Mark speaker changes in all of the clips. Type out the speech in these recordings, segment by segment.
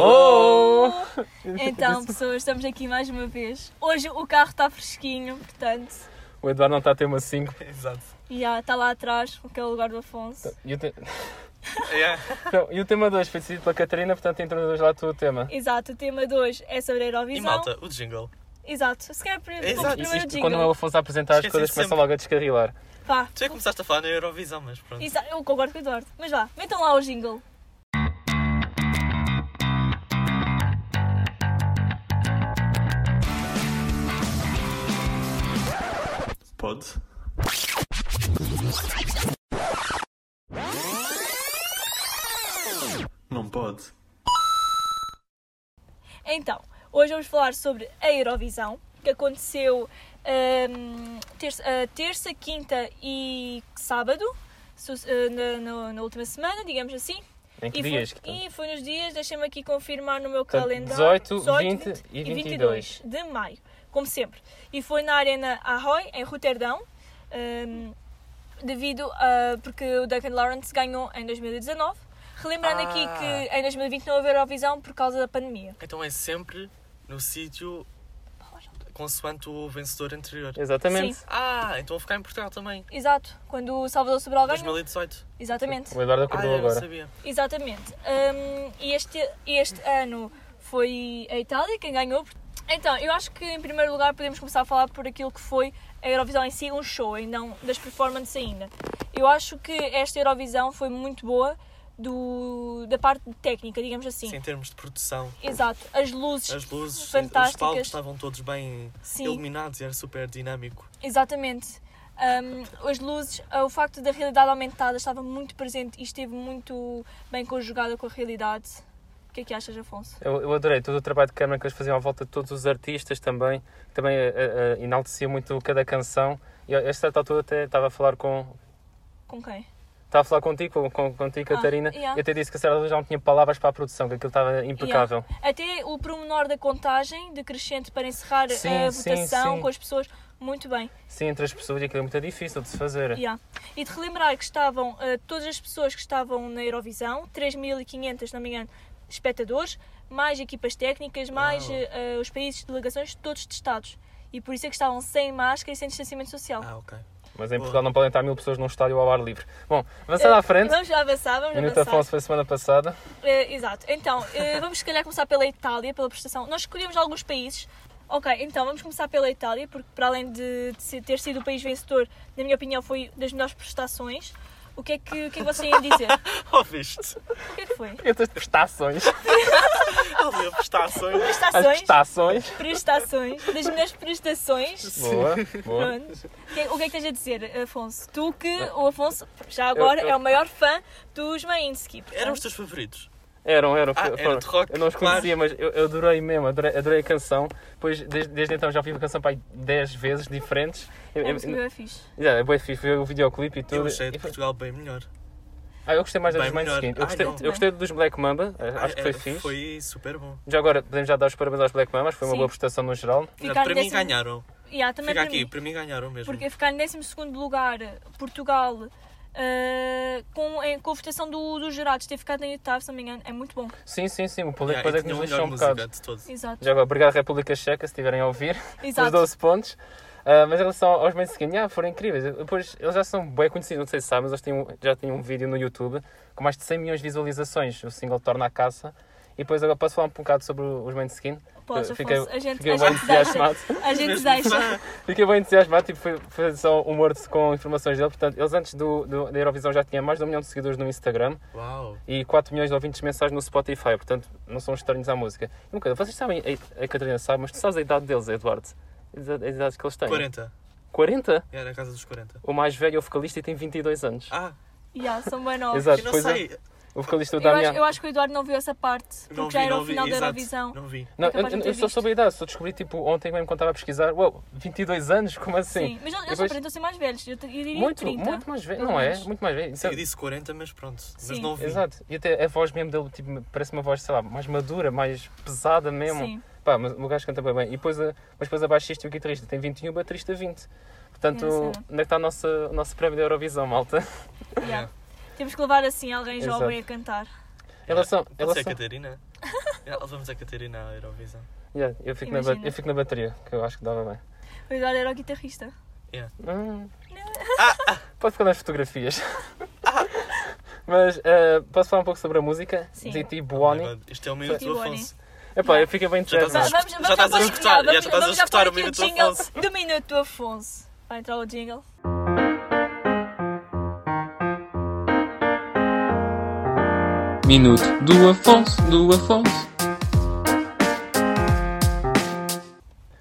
Speaker 1: Alô!
Speaker 2: Então, pessoas, estamos aqui mais uma vez. Hoje o carro está fresquinho, portanto,
Speaker 1: O Eduardo não tá está a ter uma 5.
Speaker 3: Exato.
Speaker 2: já está lá atrás, que é o lugar do Afonso.
Speaker 1: E o, te-
Speaker 3: É.
Speaker 1: Não, e o tema 2 foi decidido pela Catarina, portanto introduz lá tu o tema.
Speaker 2: Exato, o tema 2 é sobre a
Speaker 3: E
Speaker 2: Eurovisão.
Speaker 3: malta, o jingle.
Speaker 2: Exato, se calhar pri- vamos
Speaker 3: Exato.
Speaker 2: primeiro o
Speaker 1: Isto, quando
Speaker 2: jingle.
Speaker 1: o Afonso a apresentar, as
Speaker 3: Esqueci
Speaker 1: coisas
Speaker 3: sempre.
Speaker 1: começam logo a descarrilar.
Speaker 2: Vá,
Speaker 3: Tu é que começaste a falar na Eurovisão, mas pronto.
Speaker 2: Exa- eu concordo com o Eduardo. Mas vá, metam lá o jingle.
Speaker 3: Pode. Não pode.
Speaker 2: Então, hoje vamos falar sobre a Eurovisão, que aconteceu hum, terça, ah, terça, quinta e sábado, su- ah, na, na- na última semana, digamos assim.
Speaker 1: Em que
Speaker 2: e,
Speaker 1: dias?
Speaker 2: foi,
Speaker 1: que estamos?
Speaker 2: e foi nos dias, deixem-me aqui confirmar no meu
Speaker 1: Portanto,
Speaker 2: calendário.
Speaker 1: 18, 20 e
Speaker 2: 22 de maio, como sempre. E foi na Arena Ahoy, em Roterdão, hum, devido a. porque o Duncan Lawrence ganhou em 2019. Relembrando
Speaker 3: Ah.
Speaker 2: aqui que em 2020 não houve Eurovisão por causa da pandemia.
Speaker 3: Então é sempre no sítio consoante o vencedor anterior.
Speaker 1: Exatamente.
Speaker 2: Sim.
Speaker 3: Ah, então vou ficar em Portugal também.
Speaker 2: Exato, quando o Salvador Sobral ganhou.
Speaker 3: 2018.
Speaker 2: Exatamente,
Speaker 1: O Eduardo
Speaker 3: Ah,
Speaker 1: acordou
Speaker 3: eu não
Speaker 1: agora.
Speaker 3: sabia.
Speaker 2: exatamente. Hum, e este, este ano foi a Itália quem ganhou. Então, eu acho que em primeiro lugar podemos começar a falar por aquilo que foi a Eurovisão em si, um show, e não das performances ainda. Eu acho que esta Eurovisão foi muito boa do, da parte técnica, digamos assim.
Speaker 3: Sim, em termos de produção.
Speaker 2: Exato, as luzes,
Speaker 3: As luzes,
Speaker 2: fantásticas.
Speaker 3: os palcos estavam todos bem
Speaker 2: Sim.
Speaker 3: iluminados e era super dinâmico.
Speaker 2: Exatamente. Hum, as luzes, ah, o facto da realidade aumentada estava muito presente e esteve muito bem conjugada com a realidade. O que é que achas, Afonso?
Speaker 1: Eu, eu adorei todo o trabalho de câmara que eles faziam à volta de todos os artistas também. Também eh, eh, enaltecia muito cada canção. E eh, a a certa altura até estava a falar com,
Speaker 2: Com quem?
Speaker 1: Estava a falar contigo, com, com, contigo,
Speaker 2: Ah,
Speaker 1: Catarina.
Speaker 2: yeah.
Speaker 1: Eu até disse que a Sarah Luz já não tinha palavras para a produção, que aquilo estava impecável.
Speaker 2: Até o promenor da contagem decrescente para encerrar eh,
Speaker 1: Sim,
Speaker 2: a
Speaker 1: sim,
Speaker 2: votação
Speaker 1: sim.
Speaker 2: com as pessoas. Muito bem.
Speaker 1: Sim, entre as pessoas, e aquilo é muito difícil de se fazer.
Speaker 2: Yeah. E de relembrar que estavam ah, todas as pessoas que estavam na Eurovisão, 3.500, se não me engano, espectadores, mais equipas técnicas, mais
Speaker 3: Uau.
Speaker 2: ah, os países, delegações, todos testados. E por isso é que estavam sem máscara e sem distanciamento social.
Speaker 3: Ah, ok.
Speaker 1: Mas em
Speaker 3: Boa.
Speaker 1: Portugal não podem estar mil pessoas num estádio ao ar livre. Bom, avançando à frente.
Speaker 2: Eh, Vamos já avançar, vamos
Speaker 1: Minuto
Speaker 2: avançar.
Speaker 1: Afonso foi semana passada.
Speaker 2: Eh, exato. Então, eh, vamos se calhar começar pela Itália, pela prestação. Nós escolhemos alguns países. Ok, então vamos começar pela Itália, porque para além de, de ser- ter sido o país vencedor, na minha opinião, foi das melhores prestações. O que é que, o que, é que vocês têm a dizer?
Speaker 3: Ouviste?
Speaker 2: O que é que foi?
Speaker 1: Estas prestações.
Speaker 3: Ali a prestações.
Speaker 1: As
Speaker 2: Prestações?
Speaker 1: prestações.
Speaker 2: Prestações. Das melhores prestações.
Speaker 1: Boa, boa.
Speaker 2: Pronto. O que, é- o que é que tens a dizer, Afonso? Tu que, o Afonso, já agora,
Speaker 1: eu-
Speaker 2: é o maior fã dos Mainsky.
Speaker 3: Eram os teus favoritos?
Speaker 1: Eram, eram.
Speaker 3: Ah,
Speaker 1: foram-
Speaker 3: era de rock,
Speaker 1: eu não os
Speaker 3: claro.
Speaker 1: conhecia, mas eu, eu adorei mesmo, adorei, adorei a canção. Pois desde, desde então já ouvi a canção para aí 10 vezes diferentes. Eu,
Speaker 2: É
Speaker 1: eu,
Speaker 2: muito bem fixe.
Speaker 1: já, é bué fixe, ver o videoclipe e tudo.
Speaker 3: Eu achei
Speaker 1: Então,
Speaker 3: de
Speaker 1: E foi-
Speaker 3: Portugal bem melhor.
Speaker 1: Ah, eu gostei mais das
Speaker 3: Bem
Speaker 1: mães
Speaker 3: melhor.
Speaker 1: seguintes. Eu
Speaker 3: Ai,
Speaker 1: gostei,
Speaker 3: não.
Speaker 1: eu gostei dos Black Mamba, eh, acho que
Speaker 3: É,
Speaker 1: foi
Speaker 3: é,
Speaker 1: fixe.
Speaker 3: Foi super bom.
Speaker 1: Já agora podemos já dar os parabéns aos Black Mamas, foi uma
Speaker 2: Sim.
Speaker 1: boa prestação no geral.
Speaker 2: Ficar
Speaker 3: para
Speaker 2: no
Speaker 3: mim
Speaker 2: décimo-
Speaker 3: ganharam.
Speaker 2: Yeah, também
Speaker 3: Fica
Speaker 2: para
Speaker 3: aqui,
Speaker 2: mim.
Speaker 3: para mim ganharam mesmo.
Speaker 2: Porque é ficar em 12 lugar Portugal eh, com, em- com a votação do, dos jurados ter ficado em oitavo, se não me engano, é muito bom.
Speaker 1: Sim, sim, sim, o público
Speaker 3: Yeah,
Speaker 1: depois
Speaker 3: e
Speaker 1: é que
Speaker 3: tinha
Speaker 1: nos
Speaker 3: a
Speaker 1: deixou
Speaker 3: melhor
Speaker 1: um bocado.
Speaker 3: música de todos.
Speaker 2: Exato.
Speaker 1: Já agora, obrigado República Checa, se estiverem a ouvir, os
Speaker 2: Exato.
Speaker 1: 12 pontos. Ah, mas em relação aos main skin, yeah, foram incríveis. Depois, eles já são bem conhecidos, não sei se sabem, mas eles têm, um- já têm um vídeo no YouTube com mais de 100 milhões de visualizações. O single Torna a Caça. E depois agora posso falar um bocado sobre os main skin?
Speaker 2: Podes,
Speaker 1: Eu
Speaker 2: Afonso. A gente,
Speaker 1: eh, fiquei
Speaker 2: a
Speaker 1: bem
Speaker 2: gente deixa.
Speaker 1: entusiasmado.
Speaker 2: A gente
Speaker 3: assim.
Speaker 2: deixa.
Speaker 1: Fiquei bem entusiasmado, tipo, foi, foi só um Word com informações dele. Portanto, eles antes do, do- da Eurovisão já tinham mais de um milhão de seguidores no Instagram
Speaker 3: Uau!
Speaker 1: e 4 milhões de ouvintes mensais no Spotify. Portanto, não são estranhos à música. E uma coisa, vocês sabem, a, a Catarina sabe, mas tu sabes a idade deles, Eduardo? As a- as idades que eles têm?
Speaker 3: 40.
Speaker 1: 40?
Speaker 3: Era É, na casa dos 40.
Speaker 1: O mais velho é o vocalista e tem 22 anos.
Speaker 3: Ah,
Speaker 2: yeah, são bem novos.
Speaker 1: Exato,
Speaker 3: eu não
Speaker 1: pois é.
Speaker 3: sei.
Speaker 1: O vocalista do
Speaker 2: Eu acho,
Speaker 1: Damian.
Speaker 2: eu acho que o Eduardo não viu essa parte, porque
Speaker 3: Não
Speaker 2: já
Speaker 3: vi,
Speaker 2: era o
Speaker 3: não vi.
Speaker 2: final da
Speaker 3: exato,
Speaker 2: Eurovisão.
Speaker 3: Não vi.
Speaker 1: Não,
Speaker 2: capaz
Speaker 1: eu,
Speaker 2: de
Speaker 1: eu,
Speaker 2: não ter
Speaker 1: eu só
Speaker 2: visto.
Speaker 1: soube a idade, só descobri tipo ontem mesmo quando estava a pesquisar. Uau, 22 anos? Como assim?
Speaker 2: Sim, mas eles
Speaker 1: Depois-
Speaker 2: aparentam ser mais velhos. Eu, te- eu diria
Speaker 1: Muito,
Speaker 2: 30.
Speaker 1: muito mais velho.
Speaker 2: pelo
Speaker 1: Não é?
Speaker 2: menos.
Speaker 1: Muito mais velho. Isso é-
Speaker 3: Eu disse 40, mas pronto. Mas
Speaker 2: Sim.
Speaker 3: não vi.
Speaker 1: Exato, e até a voz mesmo dele tipo, parece uma voz, sei lá, mais madura, mais pesada mesmo.
Speaker 2: Sim.
Speaker 1: Pá, mas o gajo canta bem bem. E depois a, mas depois a baixista e o guitarrista tem 21 e um, o baterista 20.
Speaker 2: É,
Speaker 1: Portanto,
Speaker 2: sim.
Speaker 1: onde é que está o nosso, o nosso prémio da Eurovisão, malta? É.
Speaker 2: yeah. Temos que levar assim alguém
Speaker 1: Exato.
Speaker 2: jovem a cantar.
Speaker 1: Em relação. em
Speaker 3: Pode ser
Speaker 1: relação-
Speaker 3: a Então, é Catarina. Yeah, levamos a Catarina à Eurovisão.
Speaker 1: Yeah, eu, fico na ba-
Speaker 2: Imagina.
Speaker 1: eu fico na bateria, que eu acho que dava bem.
Speaker 2: O Eduardo era o guitarrista.
Speaker 1: Hum.
Speaker 3: Ah,
Speaker 1: Pode ficar nas fotografias. Mas eh, posso falar um pouco sobre a música?
Speaker 2: Sim.
Speaker 1: Ziti Buoni.
Speaker 3: Isto é o minuto do
Speaker 2: Tibone.
Speaker 3: Afonso.
Speaker 1: Epá, eu fico bem
Speaker 3: Já estás a-
Speaker 1: entusiasmado.
Speaker 3: já estás a
Speaker 2: pôr-
Speaker 3: escutar,
Speaker 2: yeah, vamos-
Speaker 3: já estás a
Speaker 2: vamos já
Speaker 3: escutar
Speaker 2: pôr
Speaker 3: o
Speaker 2: aqui
Speaker 3: Minuto do
Speaker 2: jingle
Speaker 3: Afonso.
Speaker 2: Do Minuto do Afonso. Vai entrar o jingle.
Speaker 4: Minuto do Afonso, do Afonso.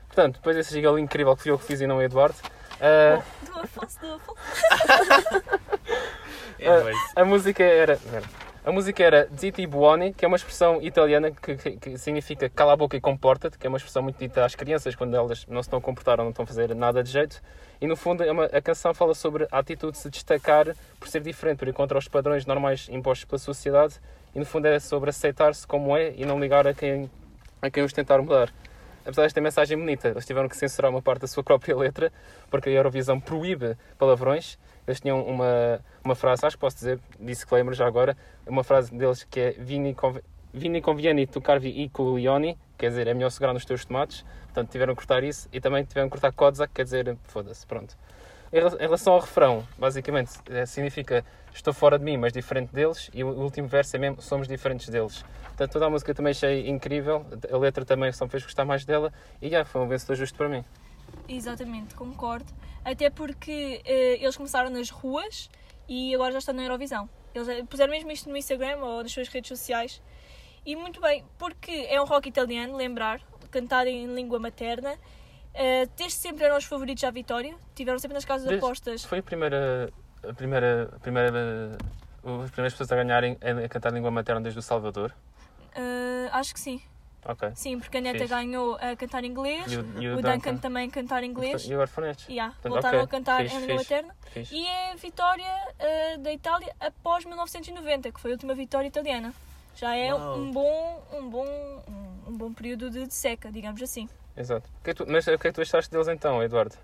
Speaker 1: Portanto, depois desse gigolo incrível que fui eu que fiz e não o Eduardo, eh,
Speaker 2: Do Afonso, do Afonso.
Speaker 1: É.
Speaker 3: Anyways,
Speaker 1: a música era. merda. A música era Ziti Buoni, que é uma expressão italiana que, que- que significa cala a boca e comporta-te, que é uma expressão muito dita às crianças quando elas não se estão a comportar ou não estão a fazer nada de jeito. E no fundo, é uma- a canção fala sobre a atitude de se destacar por ser diferente, por ir contra os padrões normais impostos pela sociedade. E no fundo, é sobre aceitar-se como é e não ligar a quem, a quem os tentar mudar. Apesar desta mensagem bonita, eles tiveram que censurar uma parte da sua própria letra, porque a Eurovisão proíbe palavrões. Eles tinham uma, uma frase, acho que posso dizer, disclaimer já agora, uma frase deles que é Vini, conv- Vini convieni tu carvi i culioni, quer dizer, é melhor segurar nos teus tomates. Portanto, tiveram que cortar isso e também tiveram que cortar Kodzak, quer dizer, foda-se, pronto. Em rela- em relação ao refrão, basicamente, eh, significa estou fora de mim, mas diferente deles, e o último verso é mesmo somos diferentes deles. Portanto, toda a música eu também achei incrível, a letra também só me fez gostar mais dela, e já, foi um vencedor justo para mim.
Speaker 2: Exatamente, concordo. Até porque eh, eles começaram nas ruas e agora já estão na Eurovisão. Eles eh, puseram mesmo isto no Instagram ou nas suas redes sociais. E muito bem, porque é um rock italiano, lembrar, cantado em língua materna. Eh, desde sempre eram os favoritos à vitória, tiveram sempre nas casas de
Speaker 1: Desde-
Speaker 2: apostas.
Speaker 1: Foi a primeira. A primeira, a primeira as primeiras pessoas a ganharem a, a cantar língua materna desde o Salvador.
Speaker 2: Eh, acho que sim,
Speaker 1: Ok.
Speaker 2: sim, porque a Neta
Speaker 1: Fixe.
Speaker 2: ganhou a cantar em inglês,
Speaker 1: E o, e
Speaker 2: o Duncan, também a cantar em inglês.
Speaker 1: E agora foram estes.
Speaker 2: Yeah,
Speaker 1: Portanto,
Speaker 2: voltaram
Speaker 1: ok,
Speaker 2: a cantar
Speaker 1: fixe,
Speaker 2: em língua
Speaker 1: fixe.
Speaker 2: materna.
Speaker 1: Fixe.
Speaker 2: E é a vitória eh, da Itália após 1990, que foi a última vitória italiana. Já é
Speaker 3: Uau.
Speaker 2: um bom, um bom, um- um bom período de, de seca, digamos assim.
Speaker 1: Exato. O que é que tu- mas o que é que tu achaste deles então, Eduardo?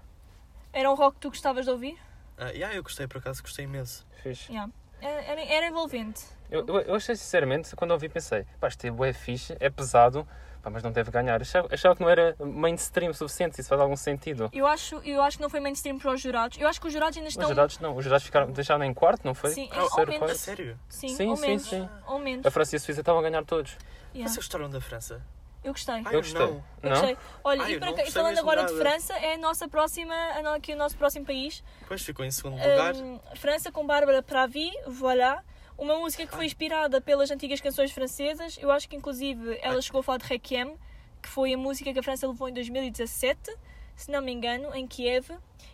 Speaker 2: Era um rock que tu gostavas de ouvir?
Speaker 3: ah, yeah, eu gostei, por acaso, gostei imenso.
Speaker 1: Fixe.
Speaker 2: Yeah. Era, era- era envolvente.
Speaker 1: Eu, eu, eu achei sinceramente, quando ouvi, pensei, pá, isto é bué fixe, é pesado, pá, mas não deve ganhar. Achava, achava que não era mainstream o suficiente, se isso faz algum sentido.
Speaker 2: Eu acho, eu acho que não foi mainstream para os jurados. Eu acho que os jurados ainda
Speaker 1: Os
Speaker 2: estão.
Speaker 1: jurados não, os jurados ficaram, deixaram em quarto, não foi?
Speaker 2: Sim,
Speaker 1: Terceiro,
Speaker 2: ao menos.
Speaker 3: A
Speaker 1: quarto.
Speaker 3: sério?
Speaker 2: Sim,
Speaker 1: Sim,
Speaker 2: ou
Speaker 1: sim,
Speaker 2: menos.
Speaker 1: sim.
Speaker 2: Ou menos.
Speaker 1: A França e a Suíça estavam a ganhar todos.
Speaker 2: Yeah.
Speaker 3: Vocês gostaram da França?
Speaker 2: Eu gostei.
Speaker 3: Ai,
Speaker 1: Eu gostei.
Speaker 3: não.
Speaker 2: Eu
Speaker 1: não?
Speaker 2: gostei. Olha,
Speaker 3: Ai,
Speaker 2: e
Speaker 3: Ah, eu
Speaker 2: por
Speaker 3: não
Speaker 2: aca-
Speaker 3: gostei
Speaker 2: falando
Speaker 3: mesmo
Speaker 2: agora de
Speaker 3: nada.
Speaker 2: França, é a nossa próxima, a no- aqui o nosso próximo país.
Speaker 3: Depois ficou em segundo lugar.
Speaker 2: Hum, França com Bárbara Pravi, voilà. Uma música que foi inspirada pelas antigas canções francesas. Eu acho que, inclusive, ela chegou a falar de Requiem, que foi a música que a França levou em 2017, se não me engano, em Kiev.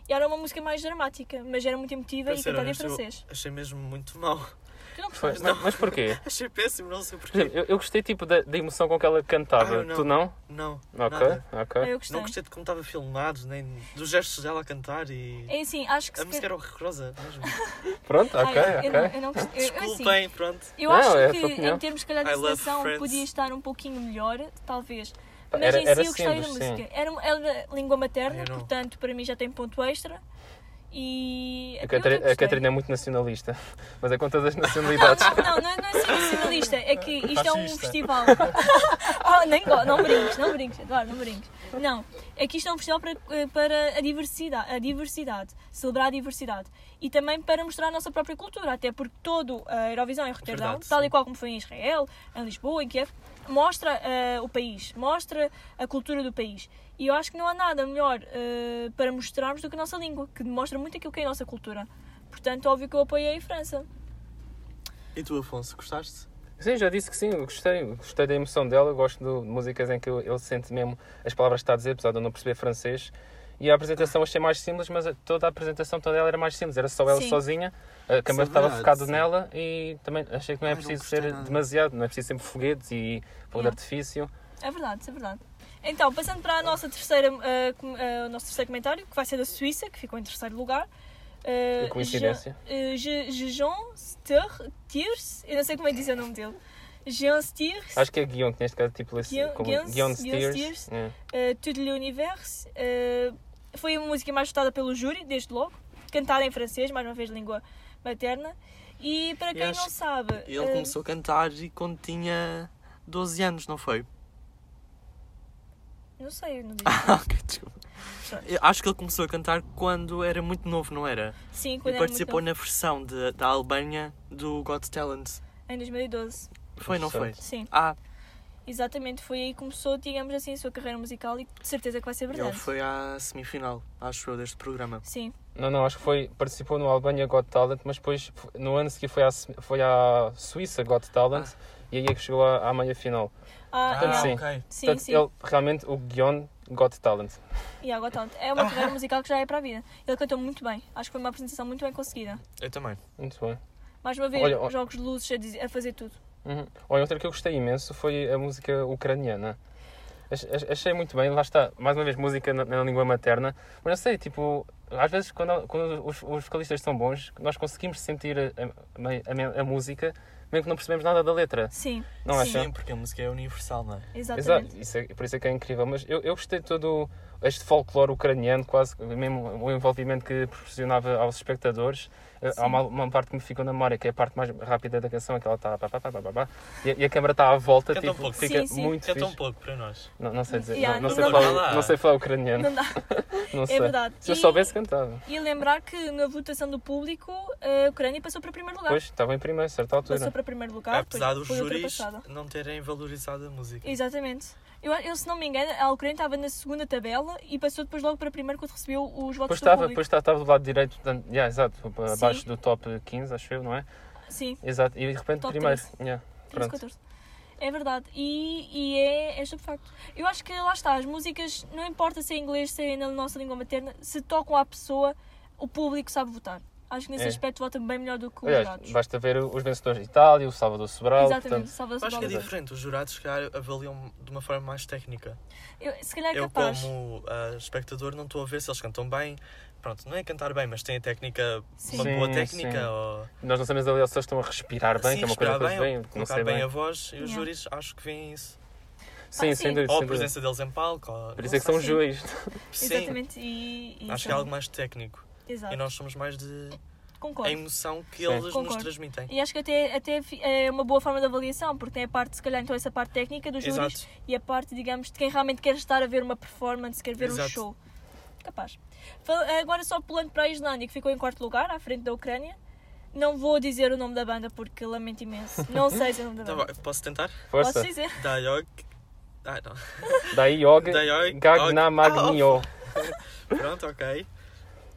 Speaker 2: E era uma música mais dramática, mas era muito emotiva
Speaker 3: Para
Speaker 2: e
Speaker 3: ser
Speaker 2: cantada em
Speaker 3: honesto, eu
Speaker 2: francês.
Speaker 3: Achei mesmo muito mal.
Speaker 2: Tu não
Speaker 1: Foi,
Speaker 2: gostaste?
Speaker 1: mas, mas porquê?
Speaker 3: Achei péssimo, não sei
Speaker 1: Por
Speaker 3: porquê.
Speaker 1: exemplo, eu, eu gostei tipo da, da emoção com que ela cantava.
Speaker 3: Ah, eu não.
Speaker 1: Tu não?
Speaker 3: Não,
Speaker 1: Ok,
Speaker 3: nada.
Speaker 1: ok.
Speaker 2: Ah, Eu gostei.
Speaker 3: Não gostei de como estava filmado, nem dos gestos dela a cantar e...
Speaker 2: É assim, acho que
Speaker 3: A
Speaker 2: se
Speaker 3: música era horrorosa mesmo.
Speaker 1: Pronto,
Speaker 2: Ai,
Speaker 1: ok,
Speaker 2: eu- eu não-
Speaker 1: ok.
Speaker 2: eu não gostei. Eu- eu, assim,
Speaker 3: Desculpem, pronto.
Speaker 2: eu
Speaker 1: Não,
Speaker 2: acho
Speaker 1: é a
Speaker 2: que,
Speaker 1: tua opinião.
Speaker 2: em termos, se calhar, de
Speaker 3: I love
Speaker 2: seleção,
Speaker 3: Friends.
Speaker 2: podia estar um pouquinho melhor, talvez. Mas
Speaker 1: Era-
Speaker 2: em
Speaker 1: era
Speaker 2: si eu gostei da
Speaker 1: simples, sim.
Speaker 2: música. Era, uma- era língua materna,
Speaker 3: Ai, eu não.
Speaker 2: portanto, para mim já tem ponto extra. E.
Speaker 1: A,
Speaker 2: eu
Speaker 1: Catari-
Speaker 2: até
Speaker 1: a
Speaker 2: gostei.
Speaker 1: Catarina é muito nacionalista, mas é com todas as
Speaker 2: Não,
Speaker 1: nacionalidades.
Speaker 2: não, não, não, é- não é ser nacionalista, é que isto é um
Speaker 3: Fascista.
Speaker 2: festival. Oh, nem go- não brinques, não brinques, Eduardo, não brinques. Não, é que isto é um festival para, eh, para a, diversidade, a diversidade, celebrar a diversidade. E também para mostrar a nossa própria cultura, até porque todo a Eurovisão em Roterdão,
Speaker 3: Verdade,
Speaker 2: tal
Speaker 3: sim.
Speaker 2: e qual como foi em Israel, em Lisboa, em Kiev, mostra eh, o país, mostra a cultura do país. E eu acho que não há nada melhor eh, para mostrarmos do que a nossa língua, que demonstra muito aquilo que é a nossa cultura. Portanto, óbvio que eu apoiei a França.
Speaker 3: E tu, Afonso, gostaste?
Speaker 1: Sim, já disse que sim, eu gostei. eu Gostei da emoção dela, eu gosto do- de músicas em que eu- ele sente mesmo as palavras que está a dizer, apesar de eu não perceber francês. E a apresentação achei mais simples, mas a- toda a apresentação toda ela era mais simples, era só ela
Speaker 2: Sim.
Speaker 1: sozinha, a câmera
Speaker 3: Isso é
Speaker 1: estava
Speaker 3: verdade,
Speaker 1: focada
Speaker 3: sim.
Speaker 1: nela e também achei que não é
Speaker 3: Ai, não
Speaker 1: preciso
Speaker 3: gostei
Speaker 1: ser
Speaker 3: nada.
Speaker 1: demasiado, não é preciso sempre foguetes e fogo de
Speaker 2: Yeah.
Speaker 1: artifício.
Speaker 2: É verdade, é verdade. Então, passando para a nossa terceira, ah, com- ah, o nosso terceiro comentário, que vai ser da Suíça, que ficou em terceiro lugar. Ah,
Speaker 1: Que coincidência.
Speaker 2: Je- ah, Je- Je- Jean Stur- Tiers, eu não sei como é que diz o nome dele. Jean Stiers,
Speaker 1: Acho que é Guion, que neste caso é tipo esse-
Speaker 2: Guion-
Speaker 1: como-
Speaker 2: Guion- Guion
Speaker 1: Guion Steers.
Speaker 2: Steers.
Speaker 1: É.
Speaker 2: ah, Tout l'univers. ah, foi a música mais votada pelo júri, desde logo. Cantada em francês, mais uma vez língua materna. E para quem
Speaker 3: acho
Speaker 2: não sabe.
Speaker 3: E ele
Speaker 2: ah,
Speaker 3: começou a cantar e quando tinha 12 anos, não foi?
Speaker 2: Não sei, eu não digo.
Speaker 3: Ah, ok, desculpa. Eu acho que ele começou a cantar quando era muito novo, não era?
Speaker 2: Sim,
Speaker 3: E
Speaker 2: quando era muito
Speaker 3: participou
Speaker 2: novo.
Speaker 3: na versão de- da Albânia do Got Talent.
Speaker 2: Em 2012.
Speaker 3: Foi, não foi?
Speaker 2: Sim,
Speaker 3: Ah,
Speaker 2: exatamente. Foi aí que começou, digamos assim, a sua carreira musical e de certeza que vai ser
Speaker 3: ele
Speaker 2: verdade.
Speaker 3: foi à semifinal, acho eu, deste programa.
Speaker 2: Sim,
Speaker 1: Não, não, acho que foi, participou no Albânia Got Talent, mas depois f- no ano seguinte foi à, Se- foi à Suíça Got Talent e aí é que chegou à, à meia final.
Speaker 2: ah,
Speaker 1: Ah,
Speaker 2: yeah.
Speaker 1: sim.
Speaker 3: ok.
Speaker 2: sim,
Speaker 1: Portanto,
Speaker 2: sim.
Speaker 1: ele realmente, o Guion Got Talent.
Speaker 2: E agora tanto. É uma carreira musical que já é para a vida. Ele cantou muito bem. Acho que foi uma apresentação muito bem conseguida.
Speaker 3: Eu também.
Speaker 1: Muito bem.
Speaker 2: Mais uma vez,
Speaker 1: Olha, ó-
Speaker 2: jogos de luzes a, dizer- a fazer tudo.
Speaker 1: Uhum. Olha, outra que eu gostei imenso foi a música ucraniana. Ach- ach- Achei muito bem, lá está, mais uma vez, música na, na língua materna. Mas não sei, tipo, às vezes quando, quando os, os vocalistas são bons, nós conseguimos sentir a, a- a- a música, mesmo que não percebemos nada da letra.
Speaker 2: Sim,
Speaker 1: Não
Speaker 2: Sim.
Speaker 1: acham?
Speaker 3: Sim, porque a música é universal, não é?
Speaker 2: exatamente.
Speaker 1: Exato, isso é- por isso é que é incrível. Mas eu, eu gostei de todo este folclore ucraniano, quase mesmo o envolvimento que proporcionava aos espectadores. Eh, Há uma, uma parte que me ficou na memória, que é a parte mais rápida da canção, é que ela está. pá, pá, pá, pá, pá, pá, E, a- e a câmera está à volta,
Speaker 3: Canta um
Speaker 1: tipo,
Speaker 3: pouco.
Speaker 1: fica
Speaker 2: Sim, sim.
Speaker 1: muito
Speaker 3: Canta um
Speaker 1: fixe.
Speaker 3: pouco para nós.
Speaker 1: Não, não sei dizer,
Speaker 2: Yeah,
Speaker 1: não, não
Speaker 2: não
Speaker 1: sei
Speaker 2: dá.
Speaker 1: falar, não sei falar ucraniano.
Speaker 2: Não dá.
Speaker 1: Não sei.
Speaker 2: É verdade.
Speaker 1: Se eu
Speaker 2: E- tá.
Speaker 1: soubesse, cantava.
Speaker 2: E lembrar que na votação do público, eh, a Ucrânia passou para primeiro lugar.
Speaker 1: Pois, é. estava em primeiro, a certa
Speaker 2: Passou
Speaker 1: altura.
Speaker 2: para primeiro lugar,
Speaker 3: Apesar
Speaker 2: depois
Speaker 3: dos
Speaker 2: foi
Speaker 3: júris
Speaker 2: ultrapassada.
Speaker 3: não terem valorizado a música.
Speaker 2: Exatamente. Eu, eu, se não me engano, a Ucrânia estava na segunda tabela e passou depois logo para primeiro quando recebeu os
Speaker 1: Pois
Speaker 2: votos do
Speaker 1: estava,
Speaker 2: público.
Speaker 1: pois está- estava do lado direito, portanto, yeah, exato, abaixo
Speaker 2: Sim.
Speaker 1: do top 15, acho eu, não é?
Speaker 2: Sim,
Speaker 1: Exato, e de repente
Speaker 2: Top
Speaker 1: primeiro.
Speaker 2: 13.
Speaker 1: yeah,
Speaker 2: 13,
Speaker 1: pronto.
Speaker 2: 14. É verdade. E, e é, é sobre facto. Eu acho que lá está, as músicas, não importa se é inglês, se é na nossa língua materna, se tocam à pessoa, o público sabe votar. Acho que nesse
Speaker 1: É.
Speaker 2: aspecto vota bem melhor do que os
Speaker 1: Aliás,
Speaker 2: jurados.
Speaker 1: basta ver os vencedores de Itália, o Salvador Sobral.
Speaker 2: Exatamente,
Speaker 1: Portanto,
Speaker 2: salva
Speaker 3: Eu acho que é
Speaker 1: Exato.
Speaker 3: diferente, os jurados se calhar avaliam de uma forma mais técnica.
Speaker 2: Se calhar é
Speaker 3: eu,
Speaker 2: capaz.
Speaker 3: como ah, espectador, não estou a ver se eles cantam bem. Pronto, não é cantar bem, mas tem a técnica, uma
Speaker 1: Sim,
Speaker 3: boa
Speaker 1: sim.
Speaker 3: técnica. Ou...
Speaker 1: nós não sabemos ali se eles estão a respirar bem,
Speaker 3: Sim,
Speaker 1: que é uma coisa
Speaker 3: respirar
Speaker 1: que eles
Speaker 3: bem,
Speaker 1: veem,
Speaker 3: ou
Speaker 1: não
Speaker 3: colocar
Speaker 1: sei
Speaker 3: bem,
Speaker 1: bem.
Speaker 3: a voz. E os
Speaker 2: Yeah.
Speaker 3: júris acho que veem isso.
Speaker 1: Sim, sem
Speaker 2: Ah, sim.
Speaker 1: dúvida.
Speaker 3: Ou a
Speaker 1: sem dúvida.
Speaker 3: presença deles em palco. Ou...
Speaker 1: Por isso é que são
Speaker 2: Sim.
Speaker 1: juízes.
Speaker 3: Sim,
Speaker 2: Exatamente. E, e
Speaker 3: acho que é
Speaker 2: são-
Speaker 3: algo mais técnico.
Speaker 2: Exato.
Speaker 3: E nós somos mais de a
Speaker 2: Concordo.
Speaker 3: emoção que eles nos
Speaker 2: Concordo.
Speaker 3: transmitem.
Speaker 2: E acho que até, até fi- é uma boa forma de avaliação, porque tem a parte, se calhar, então essa parte técnica dos júris
Speaker 3: Exato.
Speaker 2: e a parte, digamos, de quem realmente quer estar a ver uma performance, quer ver um
Speaker 3: Exato.
Speaker 2: show. Capaz. Fal- Agora só pulando para a Islândia, que ficou em quarto lugar, à frente da Ucrânia. Não vou dizer o nome da banda porque lamento imenso. Não sei dizer o nome da
Speaker 3: Tá
Speaker 2: banda.
Speaker 3: bem, posso tentar?
Speaker 1: Força.
Speaker 2: Posso dizer?
Speaker 3: Dayog. Ah, não.
Speaker 1: Daí Yog
Speaker 3: Daí Ah, Og-
Speaker 1: Gagna
Speaker 3: Og-
Speaker 1: Magnio.
Speaker 3: Pronto, ok.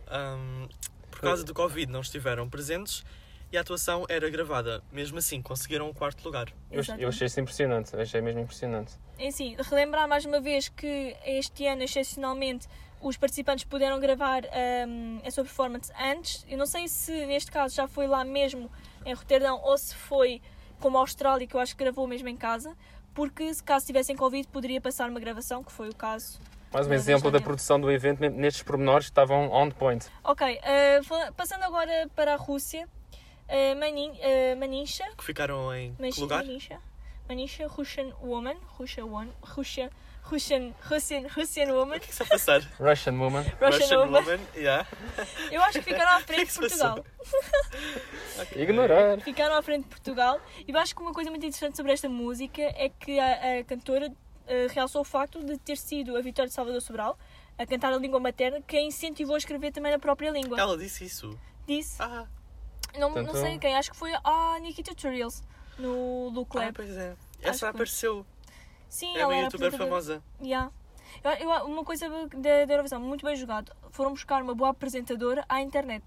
Speaker 3: Ahm, por causa do Covid não estiveram presentes e a atuação era gravada. Mesmo assim, conseguiram o quarto lugar.
Speaker 1: Eu, eu achei isso impressionante, eu achei mesmo impressionante.
Speaker 2: Em si, relembrar mais uma vez que este ano, excepcionalmente, os participantes puderam gravar hum, a sua performance antes. Eu não sei se neste caso já foi lá mesmo em Roterdão ou se foi como a Austrália, que eu acho que gravou mesmo em casa, porque se caso tivessem Covid poderia passar uma gravação, que foi o caso.
Speaker 1: Mais um
Speaker 2: Não,
Speaker 1: exemplo da
Speaker 2: bastante.
Speaker 1: produção do evento, mesmo nestes pormenores que estavam on point.
Speaker 2: Ok, ah, fala- passando agora para a Rússia, ah, Manin, ah, Manincha,
Speaker 3: Que ficaram em
Speaker 2: Mas-
Speaker 3: que lugar?
Speaker 2: Manisha. Manisha, Russian woman. Russia one. Russia. Russian. Russian. Russian woman.
Speaker 3: O que é que se está a passar?
Speaker 1: Russian Woman.
Speaker 2: Russian, woman.
Speaker 3: yeah.
Speaker 2: Eu acho que ficaram à frente de
Speaker 3: que se
Speaker 2: Portugal.
Speaker 1: Ignorar.
Speaker 2: Ficaram à frente de Portugal. E eu acho que uma coisa muito interessante sobre esta música é que a, a cantora eh, realçou o facto de ter sido a Vitória de Salvador Sobral a cantar a língua materna, que a incentivou a escrever também na própria língua.
Speaker 3: Ela disse isso.
Speaker 2: Disse,
Speaker 3: Então, Ah,
Speaker 2: não, não
Speaker 1: Portanto-
Speaker 2: sei quem, acho que foi a Nikita Tutorials no Look
Speaker 3: ah
Speaker 2: Lab.
Speaker 3: pois é.
Speaker 2: Acho que-
Speaker 3: Essa apareceu.
Speaker 2: Sim,
Speaker 3: é
Speaker 2: ela
Speaker 3: uma
Speaker 2: era
Speaker 3: youtuber
Speaker 2: apresentadora.
Speaker 3: famosa.
Speaker 2: Yeah. Eu- eu- uma coisa da, da Eurovisão, muito bem jogado. Foram buscar uma boa apresentadora à internet.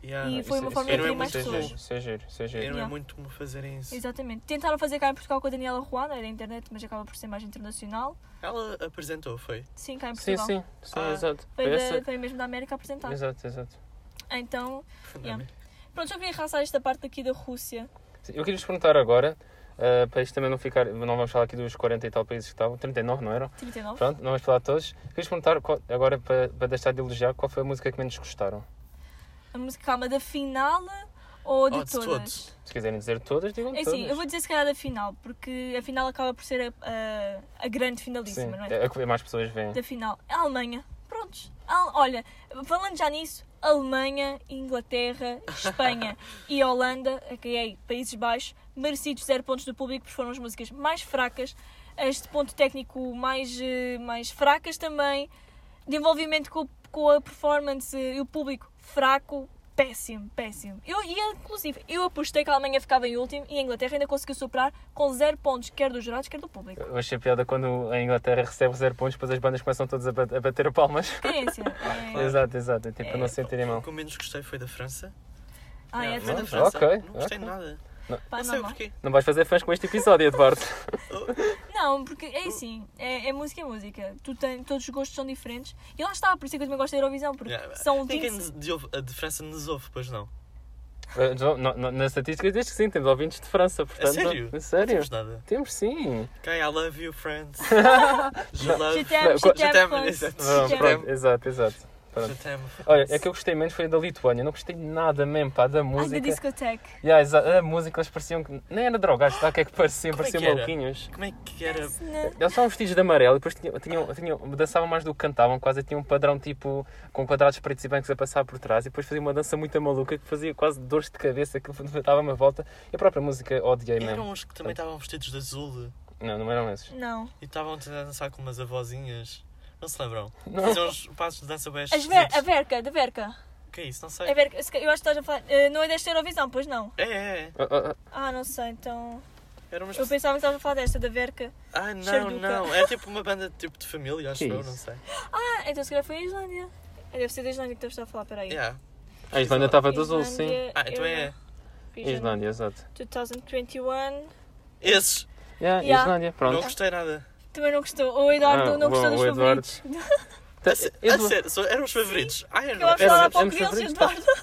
Speaker 3: Yeah.
Speaker 2: E foi uma forma
Speaker 3: de
Speaker 1: isso é-
Speaker 3: atrair mais
Speaker 1: isso é
Speaker 3: pessoas.
Speaker 1: giro, Isso é giro, isso é
Speaker 3: E
Speaker 1: giro.
Speaker 3: não é
Speaker 2: Yeah.
Speaker 3: muito como fazerem isso.
Speaker 2: Exatamente. Tentaram fazer cá em Portugal com a Daniela Ruana, era internet, mas acaba por ser mais internacional.
Speaker 3: Ela apresentou, foi.
Speaker 2: Sim, cá em
Speaker 1: Sim,
Speaker 2: Portugal.
Speaker 1: sim, sim,
Speaker 3: Ah.
Speaker 1: exato. Foi
Speaker 2: Veio, da,
Speaker 1: essa.
Speaker 2: veio mesmo da América apresentar.
Speaker 1: Exato, exato.
Speaker 2: Então, yeah.
Speaker 3: Não, é?
Speaker 2: pronto, eu queria realçar esta parte aqui da Rússia.
Speaker 1: Sim, Eu queria vos perguntar agora, ah, para isto também não ficar, não vamos falar aqui dos 40 e tal países que estavam, 39 não eram?
Speaker 2: 39.
Speaker 1: Pronto, não vamos falar de todos. Queria vos perguntar, qual- agora para, para deixar de elogiar, qual foi a música que menos gostaram?
Speaker 2: A música calma da final ou de
Speaker 3: Oh, de
Speaker 2: todas?
Speaker 3: todos.
Speaker 1: Se quiserem dizer todas, digam
Speaker 2: É
Speaker 1: todas.
Speaker 2: assim, eu vou dizer se calhar da final, porque a final acaba por ser a, a- a grande finalíssima,
Speaker 1: Sim,
Speaker 2: não é?
Speaker 1: é a que mais pessoas veem.
Speaker 2: da final. A Alemanha. Prontos. Al- Olha, falando já nisso, Alemanha, Inglaterra, Espanha e Holanda, aka Países Baixos, merecidos 0 pontos do público porque foram as músicas mais fracas, as de ponto técnico mais, eh, mais fracas também, de envolvimento com, o- com a performance eh, e o público fraco, péssimo, péssimo. Eu, e inclusive, eu apostei que a Alemanha ficava em último e a Inglaterra ainda conseguiu superar com 0 pontos, quer dos jurados, quer do público.
Speaker 1: Eu achei piada quando a Inglaterra recebe zero pontos, depois as bandas começam todas a bat- a bater palmas.
Speaker 2: Carência. É...
Speaker 1: Exato, exato. É tipo, a não se sentirem
Speaker 3: O
Speaker 1: mal.
Speaker 3: que eu menos gostei foi da França.
Speaker 2: Ah, é
Speaker 3: Não, foi da
Speaker 2: tudo.
Speaker 3: França.
Speaker 1: Ok,
Speaker 3: Não gostei de
Speaker 1: ok.
Speaker 3: nada.
Speaker 2: Pá,
Speaker 3: Não sei
Speaker 2: normal.
Speaker 3: porquê.
Speaker 1: Não vais fazer fãs com este episódio, Eduardo.
Speaker 2: Não, porque é assim, é, é música é música. Tu tem, todos os gostos são diferentes. E lá está, por isso é que eu também gosto da Eurovisão, porque
Speaker 3: Yeah,
Speaker 2: são
Speaker 3: Ninguém
Speaker 2: 20...
Speaker 3: nos- de, ouve- de França nos ouve, pois não.
Speaker 1: Eh, João, no- no- Na estatística diz que sim, temos ouvintes de França, portanto.
Speaker 3: sério?
Speaker 1: É
Speaker 3: Não
Speaker 1: sério?
Speaker 3: temos nada.
Speaker 1: Temos sim.
Speaker 3: Okay, I love you, friends. Je love
Speaker 2: Je t'aime, je
Speaker 3: Je
Speaker 2: t'aime,
Speaker 3: t'aime,
Speaker 2: França.
Speaker 3: exato.
Speaker 1: Ah, Pronto,
Speaker 3: Já.
Speaker 1: pronto, exato, exato.
Speaker 3: Je t'aime.
Speaker 1: Olha, é que eu gostei menos foi a da Lituânia. Não gostei nada mesmo, pá, da
Speaker 2: Ai, da
Speaker 1: música.
Speaker 2: discoteca.
Speaker 1: Yeah, exa- a música, eles pareciam que. Nem era drogados, sabe o que é que pareciam?
Speaker 3: Como é
Speaker 1: pareciam
Speaker 3: que era?
Speaker 1: maluquinhos.
Speaker 3: Como é que era?
Speaker 2: Não.
Speaker 1: Eles estavam vestidos de amarelo e depois tinham, tinham, tinham, dançavam mais do que cantavam, quase tinham um padrão tipo com quadrados pretos e brancos a passar por trás e depois faziam uma dança muito maluca que fazia quase dores de cabeça, que dava uma volta. E a própria música odiei mesmo.
Speaker 3: Eram uns que também estavam vestidos de azul
Speaker 1: Não, não eram esses.
Speaker 2: Não.
Speaker 3: e estavam a tentar dançar com umas avózinhas. Não se lembram?
Speaker 1: Não.
Speaker 3: Faziam uns passos de dança bem
Speaker 2: As ver, a
Speaker 3: esquisitos.
Speaker 2: Verca, da Verca.
Speaker 3: O que é isso? Não sei.
Speaker 2: A Verca, se ca- eu acho que estás a falar... eh, não é desta Eurovisão, pois não?
Speaker 3: É, é, é.
Speaker 1: Ah, ah, ah,
Speaker 2: Ah, não sei, então...
Speaker 3: Eram umas
Speaker 2: Eu pensava que estavas a falar desta, da Verca.
Speaker 3: Ah, não,
Speaker 2: Xerduca.
Speaker 3: não. É tipo uma banda tipo de família, acho
Speaker 1: Que
Speaker 3: eu,
Speaker 1: isso?
Speaker 3: não sei.
Speaker 2: Ah, então se calhar foi a Islândia. Eh, Deve ser da Islândia que estás a falar, peraí.
Speaker 3: Yeah.
Speaker 1: A tá- Islândia estava de azul, sim.
Speaker 3: Ah, então é.
Speaker 1: Islândia, exato.
Speaker 2: 2021.
Speaker 3: Esses.
Speaker 1: Yeah,
Speaker 2: Yeah.
Speaker 1: Islândia,
Speaker 3: Não
Speaker 1: pronto.
Speaker 3: gostei nada.
Speaker 2: Também não gostou. O Eduardo
Speaker 1: Ah,
Speaker 2: não gostou
Speaker 1: bom,
Speaker 2: dos
Speaker 1: o Eduardo.
Speaker 2: favoritos.
Speaker 1: Tá,
Speaker 3: A, sé- a
Speaker 1: Edu-
Speaker 3: sério, só- eram os favoritos. Ah,
Speaker 2: Eu
Speaker 3: eram
Speaker 2: acho que falar há
Speaker 1: Éramos-
Speaker 2: pouco
Speaker 1: éramos
Speaker 2: deles,
Speaker 1: favoritos, pá.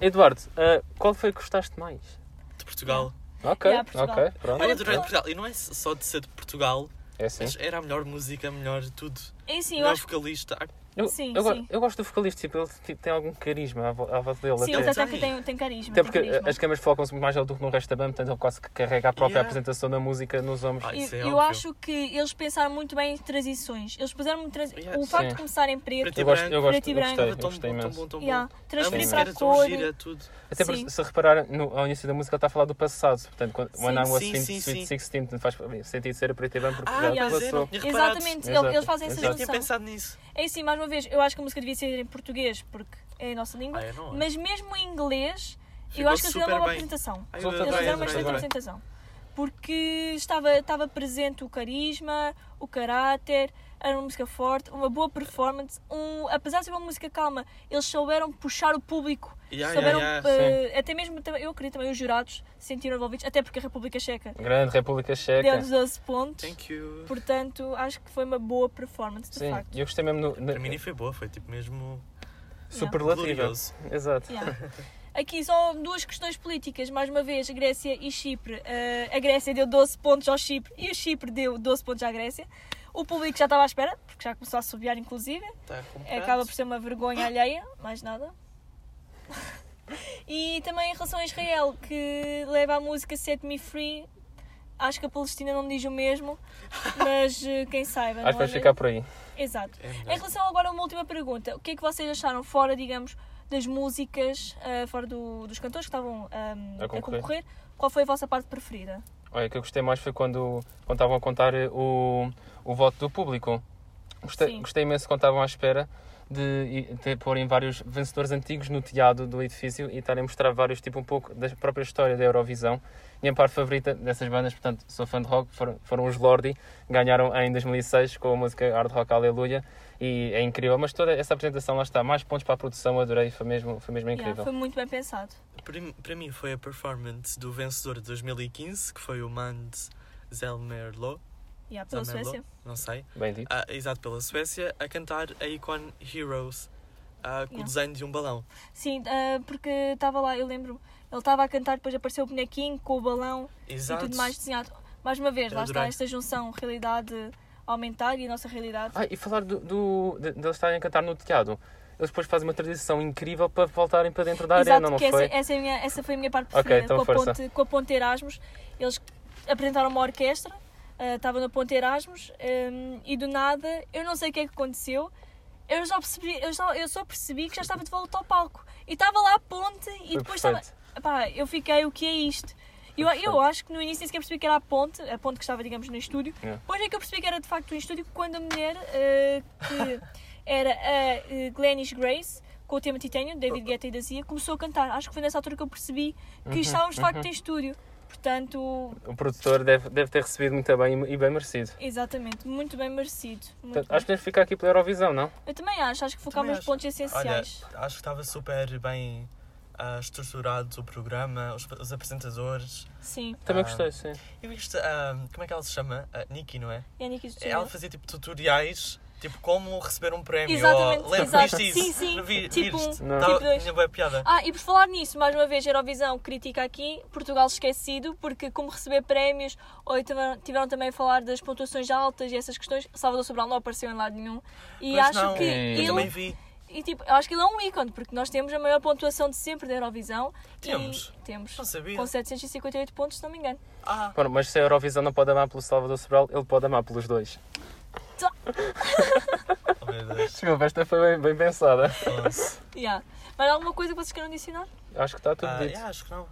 Speaker 2: Eduardo.
Speaker 1: Eduardo, ah, qual foi que gostaste mais?
Speaker 3: de
Speaker 2: tá-
Speaker 3: Portugal.
Speaker 1: Ok,
Speaker 2: Yeah, Portugal.
Speaker 1: ok, pronto.
Speaker 3: Olha,
Speaker 2: Olha,
Speaker 3: adorei
Speaker 2: Portugal.
Speaker 3: Portugal. E não é só de ser de Portugal,
Speaker 1: É sim.
Speaker 3: mas era a melhor música, a melhor tudo.
Speaker 2: É sim, eu
Speaker 3: melhor
Speaker 2: acho
Speaker 3: vocalista. Ah,
Speaker 1: Eu,
Speaker 2: Sim,
Speaker 1: eu, go-
Speaker 2: sim.
Speaker 1: eu gosto do vocalista, tipo, ele tipo, tem algum carisma à, vo- à volta dele.
Speaker 2: Sim,
Speaker 1: até.
Speaker 2: ele até
Speaker 3: Tem.
Speaker 2: que tem, tem carisma.
Speaker 1: Até
Speaker 2: tem
Speaker 1: porque
Speaker 2: carisma.
Speaker 1: as câmaras focam-se muito mais nele do que no resto da banda, portanto ele quase que carrega a própria
Speaker 3: Yeah.
Speaker 1: apresentação da música nos ombros.
Speaker 3: Ah, isso
Speaker 2: eu,
Speaker 3: é
Speaker 2: eu
Speaker 3: óbvio.
Speaker 2: acho que eles pensaram muito bem em transições. Eles puseram muito transi-
Speaker 3: Yeah,
Speaker 2: o facto
Speaker 1: sim.
Speaker 2: de começarem preto,
Speaker 3: Preto
Speaker 1: eu gosto, eu gosto,
Speaker 2: Preto e
Speaker 1: eu
Speaker 2: branco.
Speaker 1: gostei, eu
Speaker 3: tão
Speaker 1: gostei
Speaker 3: bom, tão
Speaker 1: imenso.
Speaker 3: bom, tão bom.
Speaker 2: yeah,
Speaker 3: A
Speaker 2: transferir
Speaker 3: música
Speaker 2: para
Speaker 3: era
Speaker 2: a
Speaker 3: tão
Speaker 2: cor.
Speaker 3: gira, tudo.
Speaker 1: Até porque
Speaker 2: Sim.
Speaker 1: se repararem, no, ao início da música ele está a falar do passado, portanto, quando,
Speaker 2: Sim,
Speaker 1: When I Was
Speaker 3: sim,
Speaker 1: Sweet-
Speaker 3: sim,
Speaker 1: Sweet
Speaker 3: sim.
Speaker 1: 16, portanto, faz sentido ser a preto e branco porque
Speaker 3: Ah,
Speaker 1: já
Speaker 2: yeah.
Speaker 3: mas eu não
Speaker 1: passou.
Speaker 3: tinha reparado.
Speaker 2: Exatamente,
Speaker 1: Exato,
Speaker 2: ele- eles fazem essa
Speaker 1: exato.
Speaker 3: Eu tinha
Speaker 2: junção.
Speaker 3: pensado nisso.
Speaker 2: É assim, mais uma vez, eu acho que a música devia ser em português, porque é a nossa língua.
Speaker 3: Ah, eu não.
Speaker 2: Mas mesmo em inglês, eu
Speaker 3: Ficou
Speaker 2: acho que eles fizeram
Speaker 3: super
Speaker 2: uma boa
Speaker 3: bem.
Speaker 2: apresentação.
Speaker 3: Ai, eu
Speaker 1: Resulta
Speaker 2: Eles
Speaker 1: bem,
Speaker 3: adorei,
Speaker 2: fizeram
Speaker 1: adorei,
Speaker 2: uma excelente
Speaker 1: adorei.
Speaker 2: apresentação. Porque estava, estava presente o carisma, o caráter, era uma música forte, uma boa performance. Um, apesar de ser uma música calma, eles souberam puxar o público.
Speaker 3: Yeah,
Speaker 2: souberam,
Speaker 3: yeah,
Speaker 1: yeah,
Speaker 2: eh, até mesmo, também- eu acredito também, os jurados se sentiram envolvidos, até porque a República Checa
Speaker 1: Grande República Checa.
Speaker 2: deu-nos 12 pontos.
Speaker 3: Thank you.
Speaker 2: Portanto, acho que foi uma boa performance, de
Speaker 1: Sim,
Speaker 2: facto.
Speaker 1: eu gostei mesmo no, no-
Speaker 3: Para mim nem foi boa, foi tipo mesmo
Speaker 1: superlativa.
Speaker 3: glorioso.
Speaker 1: Exato.
Speaker 2: Yeah. Aqui só duas questões políticas, mais uma vez, Grécia e Chipre. Eh, a Grécia deu 12 pontos ao Chipre e o Chipre deu 12 pontos à Grécia. O público já estava à espera, porque já começou a subiar, inclusive. É,
Speaker 3: Tá com
Speaker 2: Acaba por ser uma vergonha alheia, mais nada. E também em relação a Israel, que leva a música Set Me Free. Acho que a Palestina não diz o mesmo, mas eh, quem
Speaker 1: Acho
Speaker 2: saiba.
Speaker 1: que
Speaker 2: não é
Speaker 1: vais
Speaker 2: mesmo?
Speaker 1: ficar por aí.
Speaker 2: Exato.
Speaker 3: É melhor.
Speaker 2: Em relação agora a uma última pergunta, o que é que vocês acharam fora, digamos, das músicas, ah, fora do- dos cantores que estavam ahm,
Speaker 1: A
Speaker 2: a,
Speaker 1: concorrer.
Speaker 2: concorrer, qual foi a vossa parte preferida?
Speaker 1: Olha, o que eu gostei mais foi quando, quando estavam a contar eh, o, o voto do público. Gostei,
Speaker 2: Sim.
Speaker 1: gostei imenso quando estavam à espera de, de porem vários vencedores antigos no telhado do edifício e estarem a mostrar vários, tipo um pouco da própria história da Eurovisão. Minha parte favorita dessas bandas, portanto, sou fã de rock, foram, foram os Lordi, ganharam em 2006 com a música Hard Rock Aleluia e é incrível. Mas toda essa apresentação lá está, mais pontos para a produção, adorei, foi mesmo, foi mesmo
Speaker 2: Yeah,
Speaker 1: incrível.
Speaker 2: foi muito bem pensado.
Speaker 3: Para mim- Para mim foi a performance do vencedor de 2015, que foi o Mans Zelmerlo,
Speaker 2: Yeah, pela
Speaker 3: Zelmerlo,
Speaker 2: Suécia.
Speaker 3: não sei,
Speaker 1: Bem dito.
Speaker 3: ah, exato, pela Suécia, a cantar a Icon Heroes, ah, com
Speaker 2: Yeah.
Speaker 3: o desenho de um balão.
Speaker 2: Sim, ah, porque estava lá, eu lembro, ele estava a cantar, depois apareceu o bonequinho com o balão
Speaker 3: Exato.
Speaker 2: e tudo mais desenhado. Mais uma vez,
Speaker 3: Eu
Speaker 2: lá está
Speaker 3: adorei.
Speaker 2: esta junção realidade aumentar e a nossa realidade.
Speaker 1: Ah, e falar do, do, de, de eles estarem a cantar no telhado. Eles depois fazem uma transição incrível para voltarem para dentro da
Speaker 2: Exato,
Speaker 1: arena, não
Speaker 2: que
Speaker 1: foi?
Speaker 2: Essa, essa, é a minha, essa foi a minha parte
Speaker 1: Ok,
Speaker 2: preferida.
Speaker 1: então
Speaker 2: com, a
Speaker 1: força.
Speaker 2: ponte, com a Ponte Erasmus, eles apresentaram uma orquestra, eh, ehm, ah, estava na Ponte Erasmus, hum, e do nada, eu não sei o que é que aconteceu, eu só, percebi, eu, só, eu só percebi que já estava de volta ao palco. E estava lá a ponte e
Speaker 1: Foi
Speaker 2: depois
Speaker 1: perfeito.
Speaker 2: estava. Epá, eu fiquei, o que é isto? Eu, eu
Speaker 1: perfeito.
Speaker 2: acho que no início nem sequer percebi que era a ponte, a ponte que estava, digamos, no estúdio.
Speaker 1: Yeah.
Speaker 2: Depois é que eu percebi que era de facto um estúdio quando a mulher, eh, que era a eh, Glennis Grace, com o tema Titânio, de David Guetta e da Zia, começou a cantar. Acho que foi nessa altura que eu percebi que
Speaker 1: Uhum,
Speaker 2: estávamos de facto em estúdio. Portanto,
Speaker 1: O produtor deve, deve ter recebido muito bem e- e bem merecido.
Speaker 2: exatamente, muito bem merecido. Muito
Speaker 1: Portanto, acho que podemos ficar aqui pela Eurovisão, não?
Speaker 2: bem. Eu também acho, acho que
Speaker 3: Também
Speaker 2: focámos nos
Speaker 3: acho.
Speaker 2: pontos
Speaker 3: Olha,
Speaker 2: essenciais.
Speaker 3: acho que estava super bem ah, estruturado o programa, os, os apresentadores.
Speaker 2: Sim,
Speaker 1: Também
Speaker 3: Ah.
Speaker 1: gostei, sim.
Speaker 3: Eu viste, ah, como é que ela se chama? A Nikki, não é?
Speaker 2: Yannick e
Speaker 3: Ela
Speaker 2: Zucchini.
Speaker 3: fazia tipo tutoriais, tipo como receber um prémio.
Speaker 2: Exatamente,
Speaker 3: ou, lembra,
Speaker 2: exato.
Speaker 3: Viste
Speaker 2: Sim,
Speaker 3: isso?
Speaker 2: sim.
Speaker 3: Não vi-
Speaker 2: Tipo
Speaker 3: viste?
Speaker 1: um,
Speaker 3: Tava-
Speaker 2: tipo dois.
Speaker 3: Tinha boa piada.
Speaker 2: Ah, e por falar nisso, mais uma vez, Eurovisão critica aqui, Portugal esquecido, porque como receber prémios, ou tiveram, tiveram também a falar das pontuações altas e essas questões, Salvador Sobral não apareceu em lado nenhum. E
Speaker 3: Pois
Speaker 2: acho
Speaker 3: não,
Speaker 2: que
Speaker 1: eu
Speaker 3: Eu também
Speaker 2: ele,
Speaker 3: vi.
Speaker 2: e tipo, eu acho que ele é um ícone, porque nós temos a maior pontuação de sempre da Eurovisão. e-
Speaker 3: Temos?
Speaker 2: temos.
Speaker 3: Não sabia.
Speaker 2: Com 758 pontos, se não me engano.
Speaker 3: Ah,
Speaker 1: Bom, mas se a Eurovisão não pode amar pelo Salvador Sobral, ele pode amar pelos dois.
Speaker 3: oh meu Deus.
Speaker 1: Desculpa, esta foi bem, bem pensada.
Speaker 3: Nossa.
Speaker 2: Yeah. Mas alguma coisa que vocês queiram adicionar?
Speaker 1: Acho que está tudo
Speaker 3: Ah,
Speaker 1: dito.
Speaker 3: yeah, acho que não.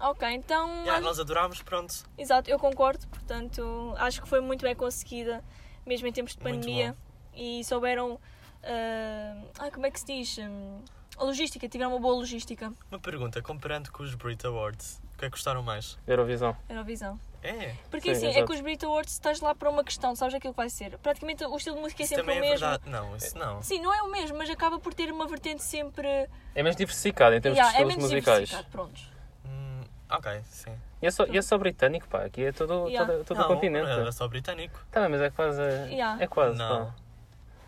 Speaker 2: Ok, então.
Speaker 3: Yeah, nós adorámos, pronto.
Speaker 2: Exato, eu concordo, portanto, acho que foi muito bem conseguida, mesmo em tempos de
Speaker 3: Muito
Speaker 2: pandemia. E souberam. ah, ai, como é que se diz? Hum, A logística, tiveram uma boa logística,
Speaker 3: Uma pergunta, comparando com os Brit Awards, o que é que gostaram mais?
Speaker 1: Eurovisão.
Speaker 2: Eurovisão.
Speaker 3: É,
Speaker 1: Sim,
Speaker 2: Porque assim, é
Speaker 1: exato.
Speaker 2: que os Brit Awards estás lá para uma questão, sabes aquilo que vai ser. Praticamente o estilo de música é
Speaker 3: isso
Speaker 2: sempre
Speaker 3: também
Speaker 2: o
Speaker 3: é
Speaker 2: mesmo.
Speaker 3: verdade. Não, isso não.
Speaker 2: Sim, não é o mesmo, mas acaba por ter uma vertente sempre.
Speaker 1: É menos diversificado em termos
Speaker 2: Yeah,
Speaker 1: de
Speaker 2: é
Speaker 1: estilos
Speaker 2: menos
Speaker 1: musicais.
Speaker 2: diversificado, pronto.
Speaker 3: Hum, ok, sim.
Speaker 1: E é, só, e é só britânico, pá. Aqui é todo,
Speaker 2: Yeah.
Speaker 1: todo, todo
Speaker 3: não,
Speaker 1: o continente.
Speaker 3: não era só britânico.
Speaker 1: Tá, mas é quase.
Speaker 2: Yeah.
Speaker 1: É quase,
Speaker 3: Não.
Speaker 1: pá.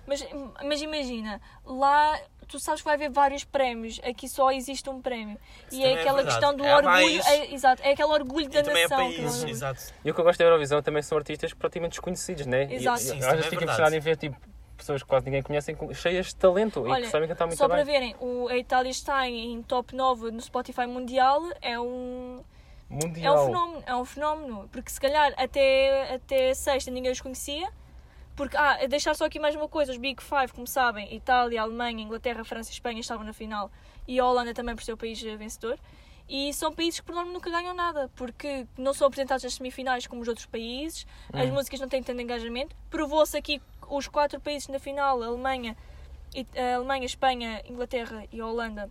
Speaker 2: Mas, mas imagina, lá tu sabes que vai haver vários prémios, aqui só existe um prémio. e
Speaker 3: também
Speaker 2: é
Speaker 3: é
Speaker 2: aquela
Speaker 3: verdade.
Speaker 2: questão do
Speaker 3: É
Speaker 2: orgulho,
Speaker 3: mais-
Speaker 2: é, exato, é aquele orgulho da
Speaker 3: E também é
Speaker 2: nação. aquele
Speaker 3: país,
Speaker 2: orgulho.
Speaker 3: exato.
Speaker 1: E o que eu gosto da Eurovisão também são artistas praticamente desconhecidos, né? E-
Speaker 2: Exato.
Speaker 1: E,
Speaker 2: Sim,
Speaker 1: às
Speaker 3: isso
Speaker 1: vezes
Speaker 3: também
Speaker 1: fico
Speaker 3: é verdade.
Speaker 1: impressionado em ver tipo, pessoas que quase ninguém conhecem, com- cheias de talento e
Speaker 2: Olha,
Speaker 1: que sabem cantar muito
Speaker 2: Só para
Speaker 1: bem.
Speaker 2: verem, o, a Itália está em top 9 no Spotify Mundial, é um, é
Speaker 1: Mundial.
Speaker 2: um fenómeno, é um fenómeno. Porque se calhar até, até sexta ninguém os conhecia. Porque, ah, deixar só aqui mais uma coisa, os Big Five, como sabem, Itália, Alemanha, Inglaterra, França e Espanha estavam na final e a Holanda também por ser o país eh, vencedor. E são países que por norma nunca ganham nada, porque não são apresentados nas semifinais como os outros países, as músicas não têm tanto engajamento. Provou-se aqui os quatro países na final, a Alemanha, It- a Alemanha, Espanha, Inglaterra e a Holanda,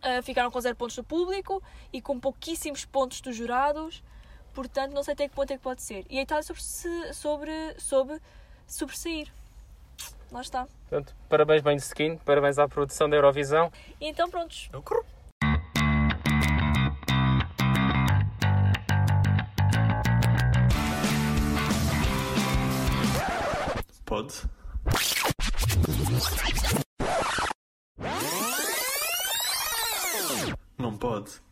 Speaker 2: ah, ficaram com zero pontos do público e com pouquíssimos pontos dos jurados. Portanto, não sei até que ponto é que pode ser. E a Itália sobre, se- sobre, soube sobressair. Lá está.
Speaker 1: Portanto, parabéns, bem de skin, parabéns à produção da Eurovisão.
Speaker 2: E então, prontos.
Speaker 3: Eu corro. Pode. Não pode.